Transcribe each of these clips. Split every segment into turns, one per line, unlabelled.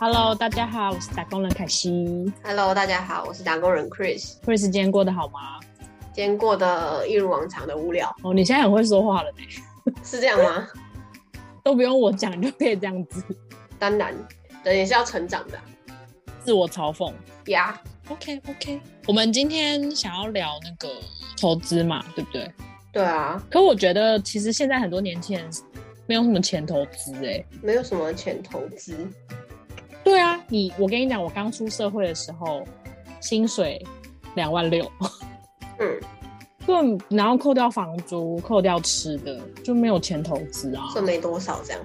Hello，大家好，我是打工人凯西。
Hello，大家好，我是打工人 Chris。
Chris，今天过得好吗？
今天过得一如往常的无聊，
哦，你现在很会说话了呢，
是这样 吗？
都不用我讲你就可以这样子
当然，人也是要成长的
自我嘲讽。
呀。
OK OK，我们今天想要聊那个投资嘛，对不对？
对啊，
可我觉得其实现在很多年轻人没有什么钱投资哎、
没有什么钱投资，
对啊，你我跟你讲，我刚出社会的时候，薪水两万六，
嗯，
对，然后扣掉房租、扣掉吃的，就没有钱投资啊。
剩没多少这样。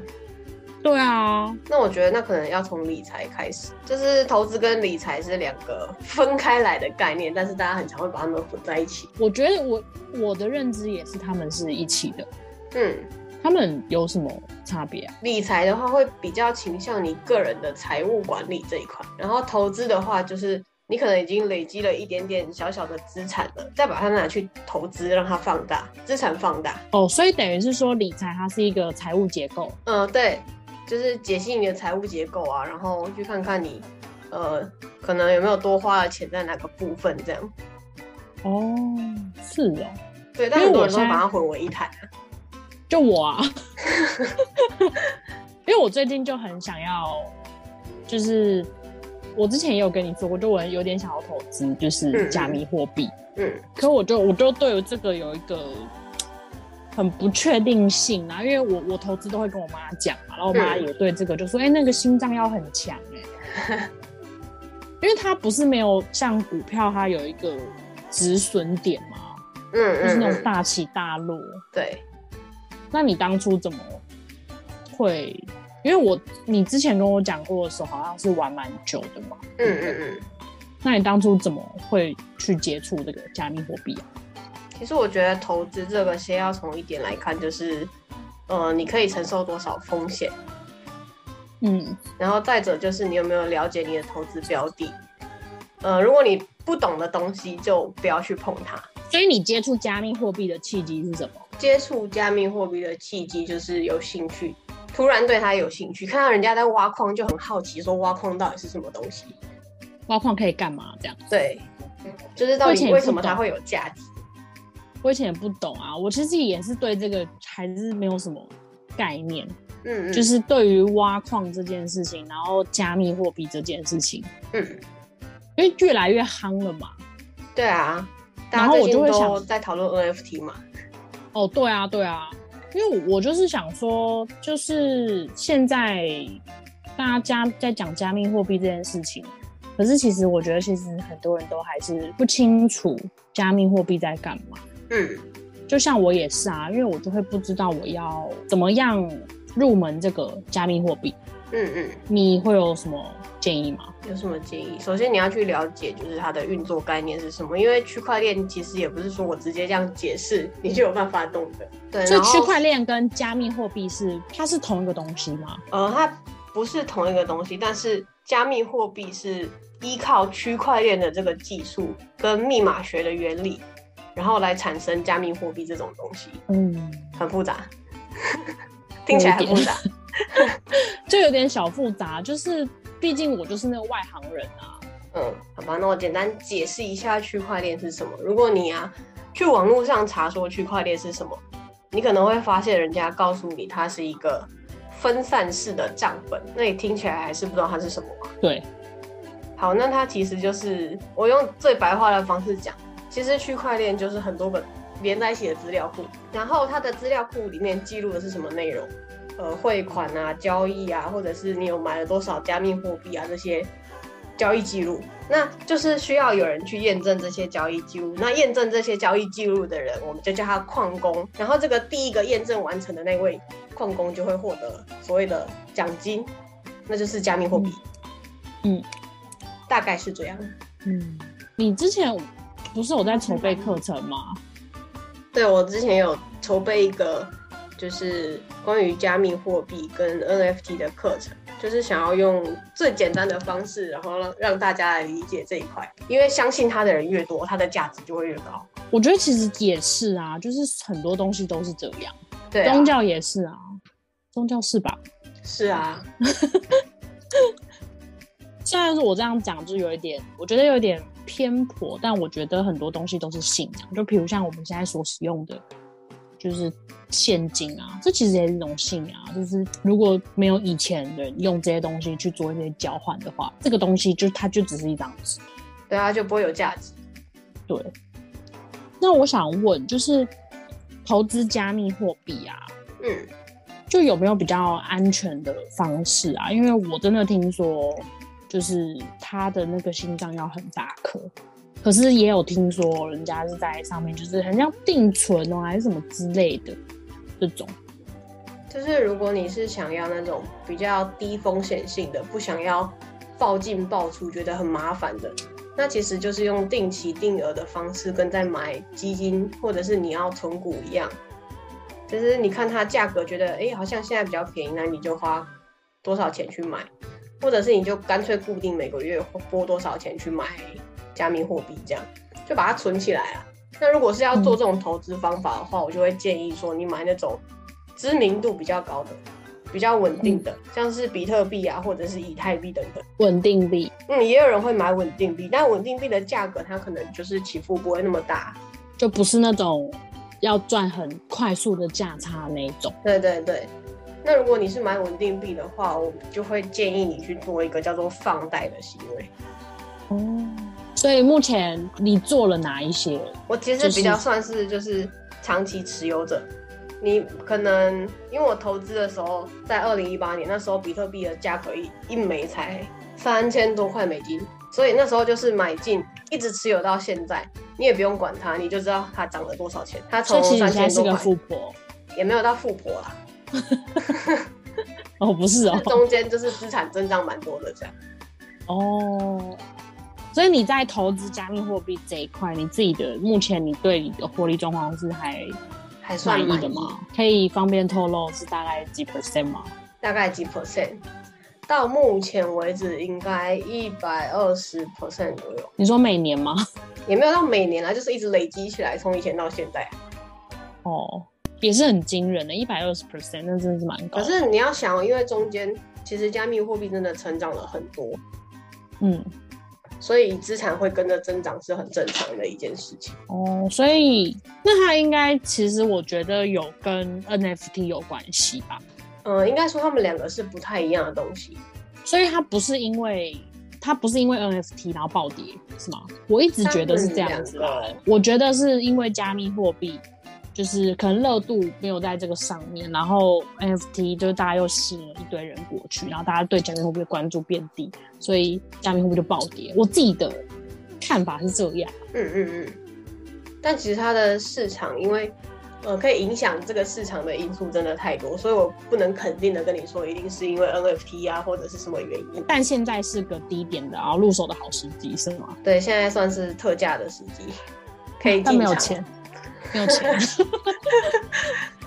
对啊，
那我觉得那可能要从理财开始，就是投资跟理财是两个分开来的概念，但是大家很常会把它们混在一起。
我觉得我我的认知也是他们是一起的，
嗯，
他们有什么差别啊？
理财的话会比较倾向你个人的财务管理这一块，然后投资的话就是你可能已经累积了一点点小小的资产了，再把它拿去投资，让它放大，资产放大。
哦，所以等于是说理财它是一个财务结构，
嗯、对，就是解析你的财务结构啊，然后去看看你呃可能有没有多花了钱在哪个部分这样。
哦，是哦，
对，但
因为
很多
我
人都
现在
把它混为一谈。
就我啊， 因为我最近就很想要，就是我之前也有跟你说过，就我有点想要投资，就是
嗯
加密货币，
嗯
可我就我就对于这个有一个很不确定性啊，因为我我投资都会跟我妈讲嘛，然后我妈
嗯
也对这个就说，哎、那个心脏要很强哎、 因为它不是没有像股票它有一个止损点嘛，
嗯嗯，
就是那种
嗯
大起大落。
对，
那你当初怎么会？因为我你之前跟我讲过的时候，好像是玩蛮久的嘛。
嗯嗯嗯。
那你当初怎么会去接触这个加密货币啊？
其实我觉得投资这个先要从一点来看，就是呃你可以承受多少风险。
嗯，
然后再者就是你有没有了解你的投资标的？呃，如果你不懂的东西就不要去碰它。
所以你接触加密货币的契机是什么？
接触加密货币的契机就是有兴趣，突然对它有兴趣，看到人家在挖矿就很好奇，说挖矿到底是什么东西？
挖矿可以干嘛？这样，
对，就是到
我以前
底
也不
为什么它
懂
会有价值？
我以前也不懂啊。我其实也是对这个还是没有什么概念，
嗯，嗯
就是对于挖矿这件事情，然后加密货币这件事情，
嗯，
因为越来越夯了嘛。
对啊，大
然
家
后
最
我就
近
会
都
想
在讨论 NFT 嘛，
哦，对啊，对啊，因为我我就是想说，就是现在大家在讲加密货币这件事情，可是其实我觉得，其实很多人都还是不清楚加密货币在干嘛。
嗯
就像我也是啊，因为我就会不知道我要怎么样入门这个加密货币，
嗯嗯，
你会有什么建议吗？
有什么建议？首先你要去了解，就是它的运作概念是什么，因为区块链其实也不是说我直接这样解释你就有办法懂的。对，
所以
然后
区块链跟加密货币是它是同一个东西吗？
呃，它不是同一个东西，但是加密货币是依靠区块链的这个技术跟密码学的原理，然后来产生加密货币这种东西，
嗯，
很复杂， 听起来很
有一点
复杂。
就有点小复杂，就是毕竟我就是那个外行人啊。
嗯，好吧，那我简单解释一下区块链是什么。如果你啊去网络上查说区块链是什么，你可能会发现人家告诉你它是一个分散式的账本，那你听起来还是不知道它是什么吗？
对，
好，那它其实就是我用最白话的方式讲，其实区块链就是很多本连在一起的资料库，然后它的资料库里面记录的是什么内容？呃，汇款啊、交易啊，或者是你有买了多少加密货币啊这些交易记录，那就是需要有人去验证这些交易记录。那验证这些交易记录的人，我们就叫他矿工。然后这个第一个验证完成的那位矿工就会获得所谓的奖金，那就是加密货币。
嗯，
大概是这样。
嗯，你之前不是有在筹备课程吗？
对我之前有筹备一个，就是关于加密货币跟 NFT 的课程，就是想要用最简单的方式，然后让让大家来理解这一块，因为相信它的人越多，它的价值就会越高。
我觉得其实也是啊，就是很多东西都是这样，
对、啊，
宗教也是啊，宗教是吧？
是啊，
虽然是我这样讲，就是有一点，我觉得有一点偏颇，但我觉得很多东西都是信仰。就比如像我们现在所使用的，就是现金啊，这其实也是一种信仰啊。就是如果没有以前人用这些东西去做一些交换的话，这个东西就它就只是一张纸。
对啊，就不会有价值。
对。那我想问，就是投资加密货币啊，
嗯，
就有没有比较安全的方式啊？因为我真的听说，就是他的那个心脏要很大颗，可是也有听说人家是在上面，就是很像定存哦，还是什么之类的这种。
就是如果你是想要那种比较低风险性的，不想要报进报出，觉得很麻烦的，那其实就是用定期定额的方式，跟在买基金或者是你要存股一样。就是你看它价格，觉得诶好像现在比较便宜，那你就花多少钱去买，或者是你就干脆固定每个月拨多少钱去买加密货币，这样就把它存起来啊。那如果是要做这种投资方法的话，我就会建议说你买那种知名度比较高的、比较稳定的，像是比特币啊，或者是以太币等等。
稳定币，
嗯，也有人会买稳定币，但稳定币的价格它可能就是起伏不会那么大。
就不是那种要赚很快速的价差那一种。
对对对。那如果你是买稳定币的话，我就会建议你去做一个叫做放贷的行为。
哦，所以目前你做了哪一些？
我其实
就是
比较算是就是长期持有者。你可能因为我投资的时候，在二零一八年那时候，比特币的价格一一枚才三千多块美金，所以那时候就是买进，一直持有到现在，你也不用管它，你就知道它涨了多少钱。它
所以
从
其实
三
你现在
千
是
多
个
块
富婆
也没有到富婆啦，
哦，不是哦
这，中间就是资产增长蛮多的这样。
哦，所以你在投资加密货币这一块，你自己的目前你对你的获利状况是还
还算
满
满
意的吗？可以方便透露是大概几 percent 吗？
大概几 percent？到目前为止应该一百二十 percent 左右，
你说每年吗？
也没有到每年啦，就是一直累积起来，从以前到现在。
哦，也是很惊人的，一百二十 percent，那真的是蛮高的。
可是你要想哦，因为中间其实加密货币真的成长了很多，
嗯，
所以资产会跟着增长是很正常的一件事情。
哦，所以那它应该其实我觉得有跟 NFT 有关系吧，
嗯，应该说他们两个是不太一样的东西。
所以它不是因为。它不是因为 NFT 然后暴跌是吗？我一直觉得是这样子
他
啦
们两个，
我觉得是因为加密货币，就是可能热度没有在这个上面，然后 NFT 就是大家又吸引了一堆人过去，然后大家对加密货币的关注变低，所以加密货币就暴跌。我自己的看法是这样，
嗯嗯嗯。但其实它的市场，因为呃可以影响这个市场的因素真的太多，所以我不能肯定的跟你说一定是因为 NFT 啊或者是什么原因。
但现在是个低点的，然后入手的好时机是吗？
对，现在算是特价的时机，可以
啊
进场。
但没有钱，没有钱，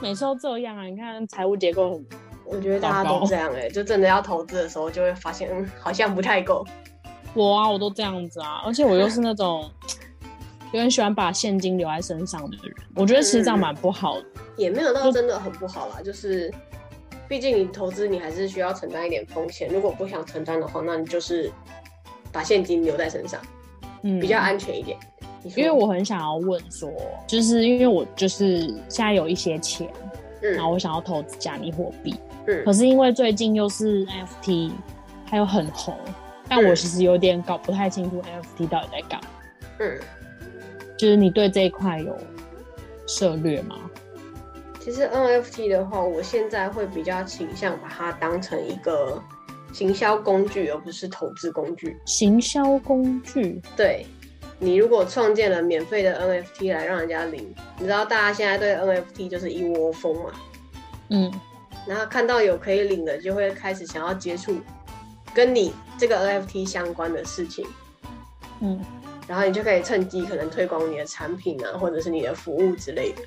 每次都这样啊！你看财务结构很
我觉得大家
糟糕
都这样哎、就真的要投资的时候就会发现，嗯，好像不太够。
我啊，我都这样子啊，而且我又是那 种有点喜欢把现金留在身上的人，我觉得其实这样蛮不好的。
也没有到真的很不好啦，就是毕竟你投资你还是需要承担一点风险，如果不想承担的话，那你就是把现金留在身上，
嗯，
比较安全一点。你说
因为我很想要问说，就是因为我就是现在有一些钱，然后
嗯
我想要投资加密货币，可
嗯，
是因为最近又是 NFT，还有很红，但我其实有点搞不太清楚 NFT 到底在干嘛。
嗯，
就是你对这一块有涉略吗？
其实 NFT 的话，我现在会比较倾向把它当成一个行销工具，而不是投资工具。
行销工具，
对你如果创建了免费的 NFT 来让人家领，你知道大家现在对 NFT 就是一窝蜂嘛，
嗯，
然后看到有可以领的，就会开始想要接触跟你这个 NFT 相关的事情，
嗯，
然后你就可以趁机可能推广你的产品啊，或者是你的服务之类的。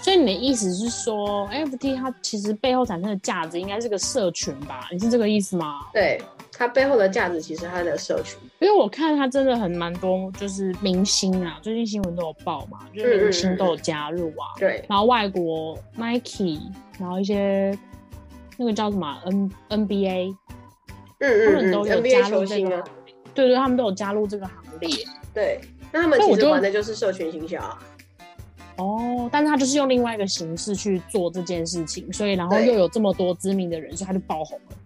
所以你的意思是说，NFT 它其实背后产生的价值应该是个社群吧？你是这个意思吗？
对，它背后的价值其实它的社群，
因为我看它真的很蛮多，就是明星啊，最近新闻都有报嘛，就是明星都有加入啊，
对，
然后外国 Nike，然后一些那个叫什么啊 N NBA，他
嗯
们
嗯
都有
嗯
加
，NBA
入
球
这
星
个
啊
行，列，对对，他们都有加入这个行列。
对，那他们
但
其
我
实
就
玩的就是社群行销啊，
哦，但是他就是用另外一个形式去做这件事情，所以然后
对
又有这么多知名的人，所以他就爆红了。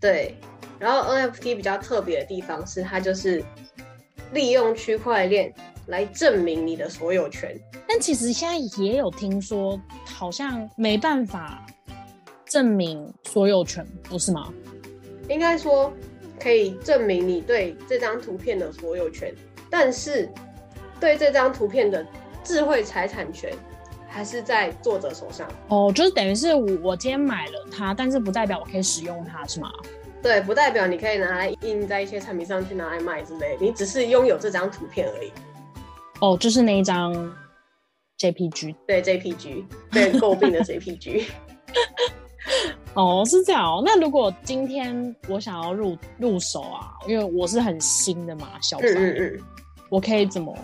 对。然后 NFT 比较特别的地方是，它就是利用区块链来证明你的所有权。
但其实现在也有听说，好像没办法证明所有权，不是吗？
应该说可以证明你对这张图片的所有权，但是对这张图片的智慧财产权还是在作者手上。
哦，就是等于是我我今天买了它，但是不代表我可以使用它，是吗？
对，不代表你可以拿来印在一些产品上去拿来卖之类，你只是拥有这张图片而已。
哦，就是那一张 JPG。
对 JPG 被人诟病的 JPG，
哦，是这样哦。那如果今天我想要入入手啊，因为我是很新的嘛，小白，
嗯嗯嗯，
我可以怎么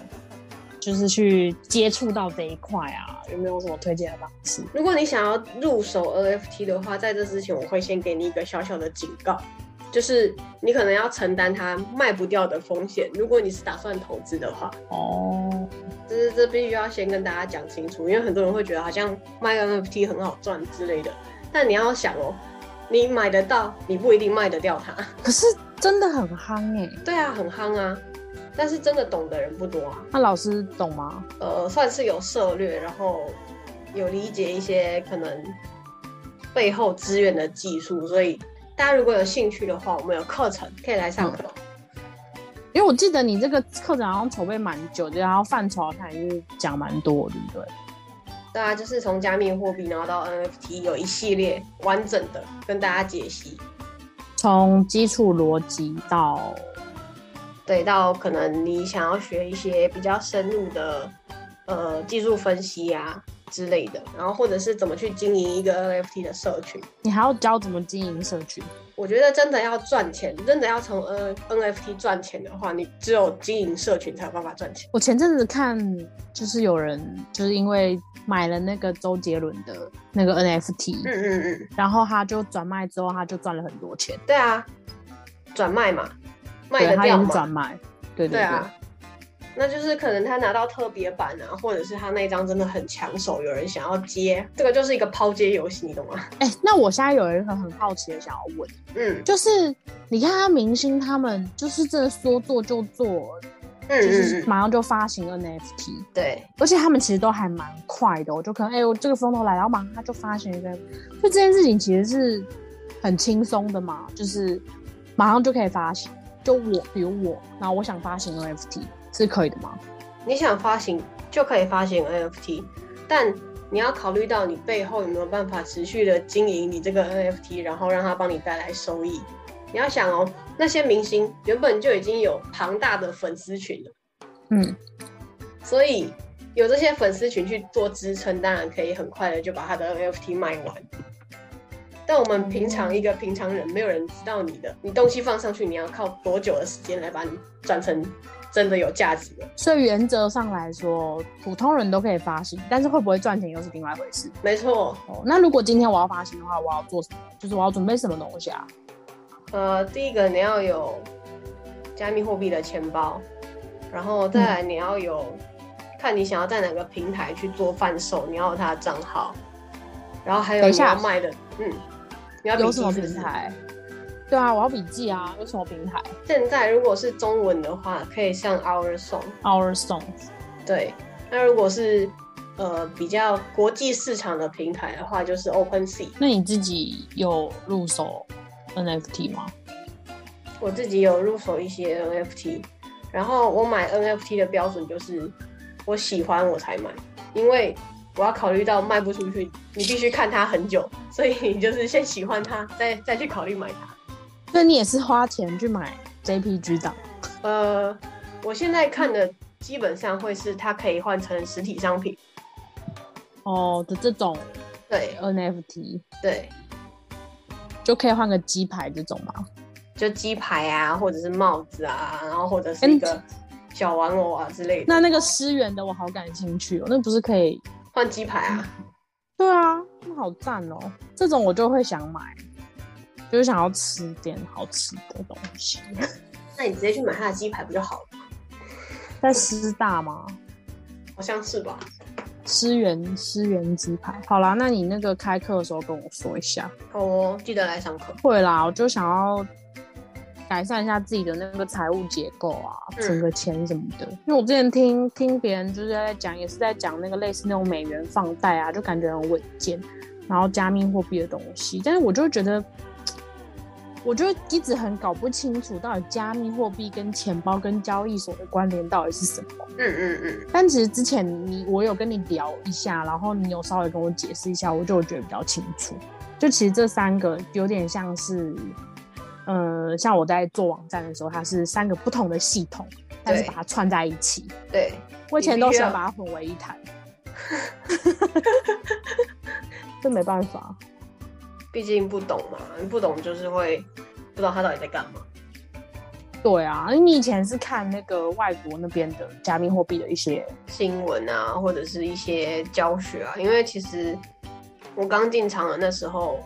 就是去接触到这一块啊？有没有什么推荐的方式？
如果你想要入手 NFT 的话，在这之前我会先给你一个小小的警告，就是你可能要承担它卖不掉的风险。如果你是打算投资的话，
哦，
这是这必须要先跟大家讲清楚，因为很多人会觉得好像卖 NFT 很好赚之类的，但你要想哦，你买得到，你不一定卖得掉它。
可是真的很夯哎、
对啊，很夯啊，但是真的懂的人不多啊。
那老师懂吗？
呃，算是有涉略，然后有理解一些可能背后资源的技术，所以大家如果有兴趣的话，我们有课程可以来上课。
因为我记得你这个课程好像筹备蛮久的，然后范畴好像也是讲蛮多，对不对？
对啊，就是从加密货币，然后到 NFT，有一系列完整的跟大家解析。
从基础逻辑到
对，到可能你想要学一些比较深入的呃技术分析啊之类的，然后或者是怎么去经营一个 NFT 的社群。
你还要教怎么经营社群，
我觉得真的要赚钱，真的要从 N NFT 赚钱的话，你只有经营社群才有办法赚钱。
我前阵子看，就是有人就是因为买了那个周杰伦的那个 NFT，、
嗯嗯嗯，
然后他就转卖之后，他就赚了很多钱，
对啊，转卖嘛，卖
对
得
他也
掉
是
嘛，
转卖，对
对
对，
啊。那就是可能他拿到特别版啊，或者是他那一张真的很抢手，有人想要接，这个就是一个抛接游戏，你懂吗？
哎、那我现在有一个很好奇的想要问，
嗯
就是你看他明星他们就是真的说做就做，
嗯
就
嗯
是
嗯，
马上就发行 NFT，
对，
而且他们其实都还蛮快的、哦，就可能哎、我这个风头来，然后马上他就发行一个，就这件事情其实是很轻松的嘛，就是马上就可以发行。就我，比如我，然后我想发行 NFT 是可以的吗？
你想发行就可以发行 NFT，但你要考虑到你背后有没有办法持续的经营你这个 NFT，然后让它帮你带来收益。你要想哦，那些明星原本就已经有庞大的粉丝群了，
嗯，
所以有这些粉丝群去做支撑，当然可以很快的就把他的 NFT 卖完。但我们平常一个平常人，没有人知道你的，你东西放上去，你要靠多久的时间来把你转成真的有价值的？
所以原则上来说，普通人都可以发行，但是会不会赚钱又是另外一回事。
没错，
哦，那如果今天我要发行的话，我要做什么？就是我要准备什么东西啊？
呃，第一个你要有加密货币的钱包，然后再来你要有、看你想要在哪个平台去做贩售，你要有他的账号，然后还有
等一
你
下
要卖的，嗯，你要笔
有
记
什么
是不
平
是？
台？对啊，我要笔记啊。有什么平台
现在如果是中文的话，可以上 Our Song，
？Our Song。
对。那如果是呃比较国际市场的平台的话，就是 Open Sea。
那你自己有入手 NFT 吗？
我自己有入手一些 NFT，然后我买 NFT 的标准就是我喜欢我才买，因为我要考虑到卖不出去，你必须看它很久，所以你就是先喜欢它，再再去考虑买它。
那你也是花钱去买 JPG 档？
呃，我现在看的基本上会是它可以换成实体商品，
哦的这种
对
NFT
对，
就可以换个鸡排这种吗？
就鸡排啊，或者是帽子啊，然后或者是一个小玩偶啊之类的，
那那个诗源的我好感兴趣哦，那不是可以？
换鸡排啊。
对啊，那好赞哦，这种我就会想买。就是想要吃点好吃的东西。
那你直接去买它的鸡排不就好了？
在师大吗？
好像是吧？
师源师源鸡排。好啦，那你那个开课的时候跟我说一下。
好哦，记得来上课。
会啦，我就想要改善一下自己的那个财务结构啊，
嗯
存个钱什么的。因为我之前听听别人就是在讲，也是在讲那个类似那种美元放贷啊，就感觉很稳健，然后加密货币的东西，但是我就觉得。我就一直很搞不清楚，到底加密货币跟钱包跟交易所的关联到底是什么。
嗯嗯嗯，
但其实之前你我有跟你聊一下，然后你有稍微跟我解释一下，我就觉得比较清楚。就其实这三个有点像是，呃，像我在做网站的时候，它是三个不同的系统，但是把它串在一起。
对，
我以前都喜欢
你必须要
把它混为一谈， 这没办法。
毕竟不懂嘛，你不懂就是会不知道他到底在干嘛。
对啊，你以前是看那个外国那边的加密货币的一些，
新闻啊，或者是一些教学啊，因为其实我刚进场的那时候，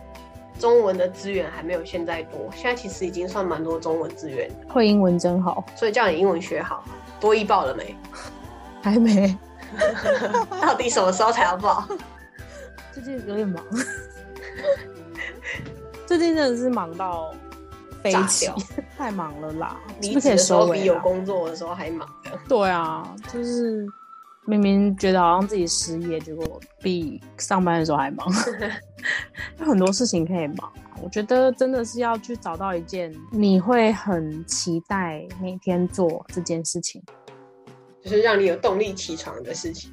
中文的资源还没有现在多，现在其实已经算蛮多中文资源的，
会英文真好，
所以叫你英文学好，多一报了没？
还没，
到底什么时候才 要报？
最近有点忙， 最近真的是忙到飞
炸
起
掉，
太忙了 啦，
离
不
职
可以
的时候
收
比
尾啊
有
了。
工作的时候还忙的。
对啊，就是明明觉得好像自己失业，结果比上班的时候还 忙，有很多事情可以忙。啊我觉得真的是要去找到一件你会很期待每天做这件事情。
就是让你有动力起床的事情，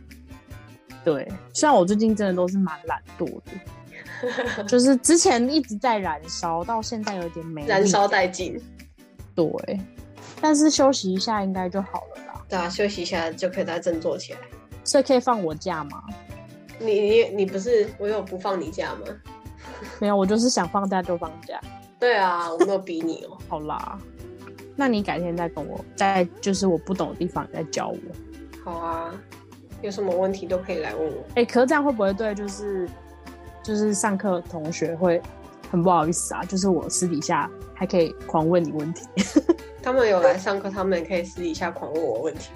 对，虽然我最近真的都是蛮懒惰的， 就是之前一直在燃烧，到现在有点没力
燃烧殆尽，
对，但是休息一下应该就好了啦。
对啊，休息一下就可以再振作起来。
所以可以放我假吗？
你你你不是我有不放你假吗？
没有，我就是想放假就放假。
对啊，我没有逼你哦。
好啦，那你改天再跟我，在就是我不懂的地方你再教我。
好啊，有什么问题都可以来问我。
哎、可是这样会不会对就是就是上课的同学会很不好意思啊？就是我私底下还可以狂问你问题。
他们有来上课，他们也可以私底下狂问我问题。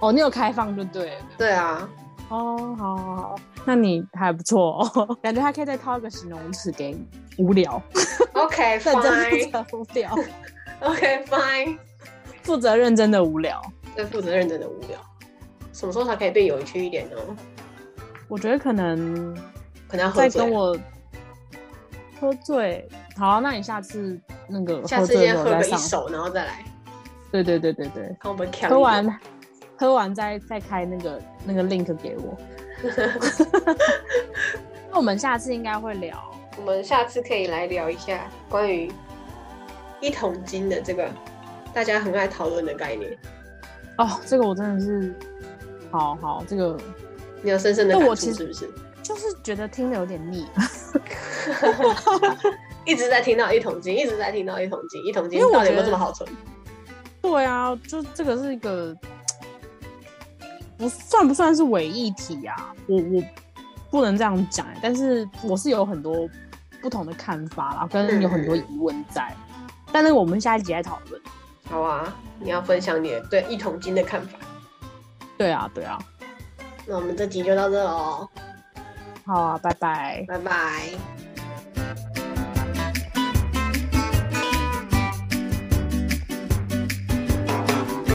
哦，你有开放就对了。
对啊，
哦，好好好，那你还不错 哦，感觉还可以再套一个形容词给你，无聊，
OK
认真
fine，OK
负责无聊，
fine，
负责认真的无聊。
对，负责认真的无聊。什么时候才可以变有趣一点呢？
我觉得可能
可能要喝
在
醉
跟。我喝醉。好，那你下次那个
下
喝
次
醉的
先
时候
喝个
再
一
上。
手，然后再来，
对对对对对，
看我们强。
喝完喝完再再开那个那个 link 给我。 那我们下次应该会聊，
我们下次可以来聊一下关于一桶金的这个大家很爱讨论的概念。
哦，这个我真的是，好好，这个
你有深深的
那
感
我
触
其实
是不是？
就是觉得听的有点腻，
一直在听到一桶金，一直在听到一桶金，一桶金
因为我
到底有没有
觉得
这么好存？
对啊，就这个是一个不算不算是伪议题啊，我我不能这样讲、欸，但是我是有很多不同的看法啦，跟有很多疑问在，但那个我们下一集再讨论。
好啊，你要分享你的对一桶金的看法。
对啊，对啊，
那我们这集就到这喽，
好啊，拜拜。
拜拜。